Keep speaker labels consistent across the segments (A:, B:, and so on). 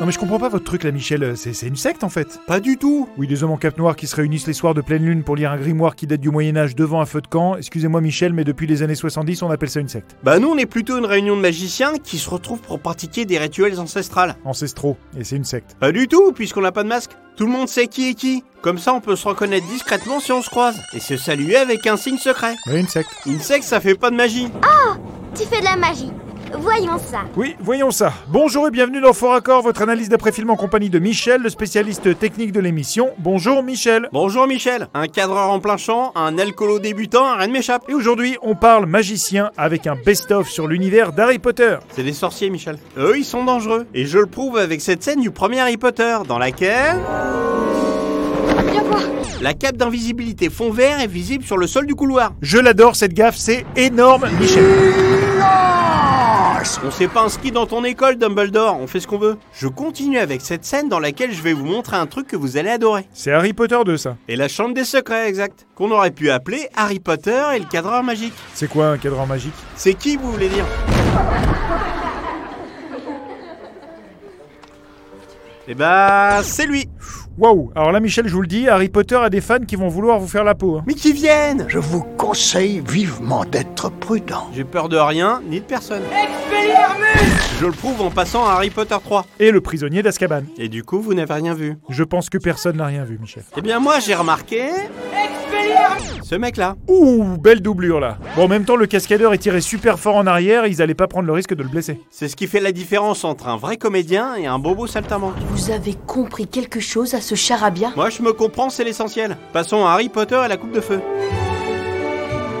A: Non mais je comprends pas votre truc là, Michel. C'est c'est une secte en fait.
B: Pas du tout
A: Oui, des hommes en cape noire qui se réunissent les soirs de pleine lune pour lire un grimoire qui date du Moyen Âge devant un feu de camp. Excusez-moi Michel, mais depuis les années 70, on appelle ça une secte.
B: Bah nous on est plutôt une réunion de magiciens qui se retrouvent pour pratiquer des rituels ancestrales.
A: Ancestraux. Et c'est une secte.
B: Pas du tout, puisqu'on n'a pas de masque. Tout le monde sait qui est qui. Comme ça on peut se reconnaître discrètement si on se croise. Et se saluer avec un signe secret.
A: Oui, une secte.
B: Une secte ça fait pas de magie.
C: Tu fais de la magie. Voyons ça.
A: Oui, voyons ça. Bonjour et bienvenue dans Fort Accord, votre analyse d'après-film en compagnie de Michel, le spécialiste technique de l'émission. Bonjour Michel.
B: Bonjour Michel, un cadreur en plein champ, un alcoolo débutant, rien ne m'échappe.
A: Et aujourd'hui, on parle magicien avec un best-of sur l'univers d'Harry Potter.
B: C'est des sorciers, Michel. Eux, ils sont dangereux. Et je le prouve avec cette scène du premier Harry Potter, dans laquelle
C: Viens voir.
B: la cape d'invisibilité fond vert est visible sur le sol du couloir.
A: Je l'adore cette gaffe, c'est énorme Michel.
B: On sait pas un ski dans ton école, Dumbledore, on fait ce qu'on veut. Je continue avec cette scène dans laquelle je vais vous montrer un truc que vous allez adorer.
A: C'est Harry Potter 2 ça.
B: Et la chambre des secrets, exact. Qu'on aurait pu appeler Harry Potter et le cadreur magique.
A: C'est quoi un cadran magique
B: C'est qui vous voulez dire Eh ben, c'est lui
A: Waouh Alors là Michel, je vous le dis, Harry Potter a des fans qui vont vouloir vous faire la peau. hein.
B: Mais qui viennent
D: Je vous conseille vivement d'être prudent.
B: J'ai peur de rien, ni de personne. Je le prouve en passant à Harry Potter 3.
A: Et le prisonnier d'Azkaban.
B: Et du coup, vous n'avez rien vu.
A: Je pense que personne n'a rien vu Michel.
B: Eh bien, moi, j'ai remarqué... Ce mec-là.
A: Ouh, belle doublure là. Bon, en même temps, le cascadeur est tiré super fort en arrière, ils allaient pas prendre le risque de le blesser.
B: C'est ce qui fait la différence entre un vrai comédien et un bobo saltimbanque.
E: Vous avez compris quelque chose à ce charabia
B: Moi, je me comprends, c'est l'essentiel. Passons à Harry Potter et la coupe de feu.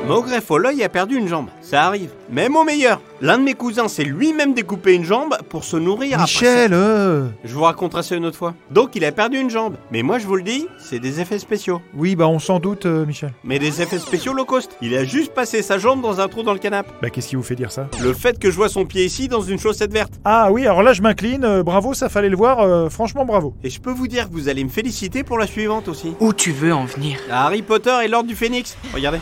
B: Maugrey Folleuil a perdu une jambe. Ça arrive. Même au meilleur. L'un de mes cousins s'est lui-même découpé une jambe pour se nourrir après.
A: Michel, euh...
B: Je vous raconterai ça une autre fois. Donc, il a perdu une jambe. Mais moi, je vous le dis, c'est des effets spéciaux.
A: Oui, bah on s'en doute, euh, Michel.
B: Mais des effets spéciaux low cost. Il a juste passé sa jambe dans un trou dans le canapé.
A: Bah qu'est-ce qui vous fait dire ça
B: Le fait que je vois son pied ici dans une chaussette verte.
A: Ah oui, alors là je m'incline, euh, bravo, ça fallait le voir, euh, franchement bravo.
B: Et je peux vous dire que vous allez me féliciter pour la suivante aussi.
F: Où tu veux en venir
B: À Harry Potter et l'ordre du Phénix. Regardez.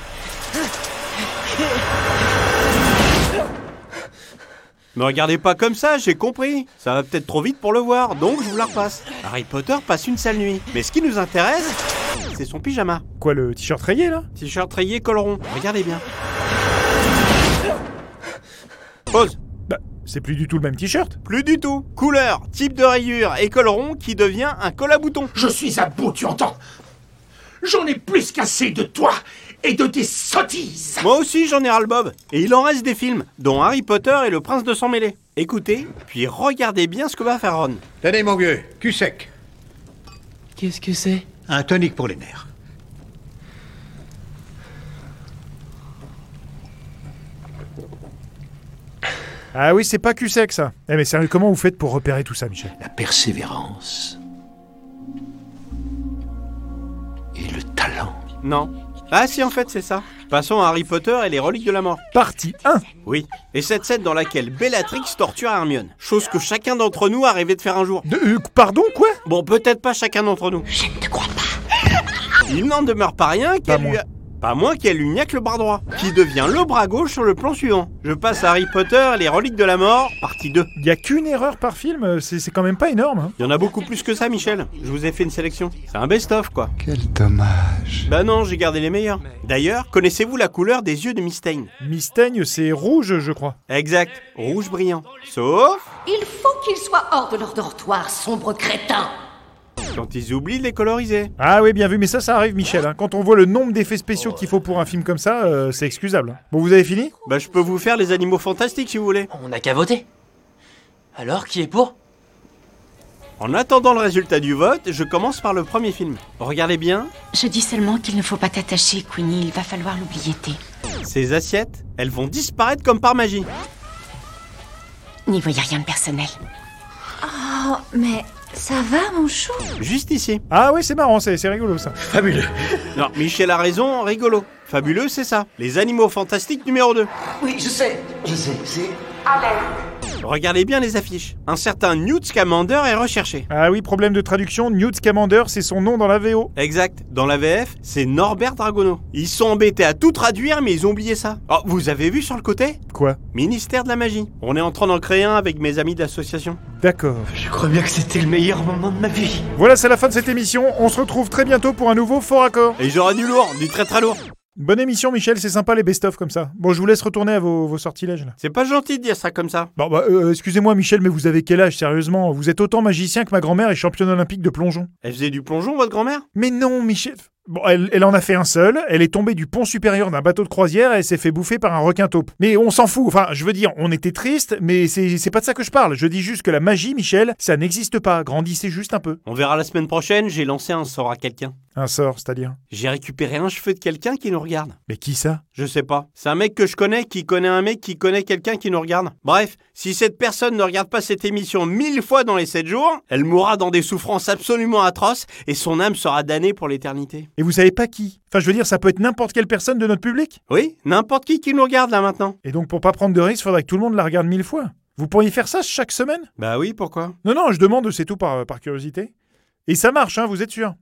B: Ne regardez pas comme ça, j'ai compris. Ça va peut-être trop vite pour le voir, donc je vous la repasse. Harry Potter passe une sale nuit. Mais ce qui nous intéresse, c'est son pyjama.
A: Quoi, le t-shirt rayé là
B: T-shirt rayé col rond. Regardez bien. Pause.
A: Bah c'est plus du tout le même t-shirt.
B: Plus du tout. Couleur, type de rayure et col rond qui devient un col à boutons.
D: Je suis à bout, tu entends J'en ai plus qu'assez de toi et de tes sottises.
B: Moi aussi j'en ai ras le bob. Et il en reste des films, dont Harry Potter et le prince de sang mêlé. Écoutez, puis regardez bien ce que va faire Ron.
G: Tenez, mon vieux, cul sec.
F: Qu'est-ce que c'est
G: Un tonique pour les nerfs.
A: Ah oui, c'est pas cul-sec ça. Eh mais sérieux, comment vous faites pour repérer tout ça, Michel
D: La persévérance et le talent.
B: Non. Ah si en fait c'est ça. Passons à Harry Potter et les reliques de la mort.
A: Partie 1
B: Oui. Et cette scène dans laquelle Bellatrix torture Hermione. Chose que chacun d'entre nous a rêvé de faire un jour.
A: de, euh, Pardon, quoi
B: Bon, peut-être pas chacun d'entre nous.
E: Je ne te crois pas.
B: Il n'en demeure pas rien
A: Pas
B: qu'elle lui a- Pas moins qu'elle lui niaque le bras droit, qui devient le bras gauche sur le plan suivant. Je passe à Harry Potter et les reliques de la mort, partie 2.
A: Y a qu'une erreur par film, euh, c'est c'est quand même pas énorme. hein.
B: Il y en a beaucoup plus que ça, Michel. Je vous ai fait une sélection. C'est un best-of, quoi.
D: Quel dommage.
B: Bah non, j'ai gardé les meilleurs. D'ailleurs, connaissez-vous la couleur des yeux de Mistaigne
A: Mistaigne, c'est rouge, je crois.
B: Exact, rouge brillant. Sauf
E: Il faut qu'il soit hors de leur dortoir, sombre crétin.
B: quand ils oublient de les coloriser.
A: Ah oui, bien vu, mais ça, ça arrive, Michel. hein. Quand on voit le nombre d'effets spéciaux qu'il faut pour un film comme ça, euh, c'est excusable. hein. Bon, vous avez fini
B: Bah je peux vous faire les animaux fantastiques si vous voulez.
F: On n'a qu'à voter. Alors, qui est pour
B: En attendant le résultat du vote, je commence par le premier film. Regardez bien,
E: Je dis seulement qu'il ne faut pas t'attacher, Queenie. Il va falloir l'oubliéter.
B: ces assiettes, elles vont disparaître comme par magie.
E: N'y voyez rien de personnel.
C: Oh, mais ça va, mon chou
B: Juste ici.
A: Ah oui, c'est marrant, c'est c'est rigolo ça.
D: Fabuleux.
B: Non, Michel a raison, rigolo. Fabuleux, c'est ça. Les animaux fantastiques numéro 2.
F: Oui, je sais. Je sais, c'est...
B: Regardez bien les affiches. Un certain Newt Scamander est recherché.
A: Ah oui, problème de traduction, Newt Scamander, c'est son nom dans la VO.
B: Exact. Dans la VF, c'est Norbert Dragono. Ils sont embêtés à tout traduire, mais ils ont oublié ça. Oh, vous avez vu sur le côté
A: Quoi
B: Ministère de la magie. On est en train d'en créer un avec mes amis d'association.
A: D'accord.
D: Je crois bien que c'était le meilleur moment de ma vie.
A: Voilà, c'est la fin de cette émission. On se retrouve très bientôt pour un nouveau Fort Accord.
B: Et j'aurai du lourd, du très très lourd.
A: Bonne émission, Michel, c'est sympa les best-of comme ça. Bon, je vous laisse retourner à vos, vos sortilèges là.
B: C'est pas gentil de dire ça comme ça.
A: Bon, bah, euh, excusez-moi, Michel, mais vous avez quel âge, sérieusement Vous êtes autant magicien que ma grand-mère est championne olympique de plongeon.
B: Elle faisait du plongeon, votre grand-mère
A: Mais non, Michel. Bon, elle, elle en a fait un seul, elle est tombée du pont supérieur d'un bateau de croisière et elle s'est fait bouffer par un requin taupe. Mais on s'en fout, enfin, je veux dire, on était triste, mais c'est c'est pas de ça que je parle. Je dis juste que la magie, Michel, ça n'existe pas, grandissez juste un peu.
B: On verra la semaine prochaine, j'ai lancé un sort à quelqu'un.
A: Un sort, c'est-à-dire
B: J'ai récupéré un cheveu de quelqu'un qui nous regarde.
A: Mais qui ça
B: Je sais pas. C'est un mec que je connais qui connaît un mec qui connaît quelqu'un qui nous regarde. Bref, si cette personne ne regarde pas cette émission mille fois dans les sept jours, elle mourra dans des souffrances absolument atroces et son âme sera damnée pour l'éternité.
A: Et vous savez pas qui Enfin, je veux dire, ça peut être n'importe quelle personne de notre public.
B: Oui, n'importe qui qui nous regarde là maintenant.
A: Et donc, pour pas prendre de risque, faudrait que tout le monde la regarde mille fois. Vous pourriez faire ça chaque semaine
B: Bah oui, pourquoi
A: Non, non, je demande, c'est tout par, par curiosité. Et ça marche, hein, vous êtes sûr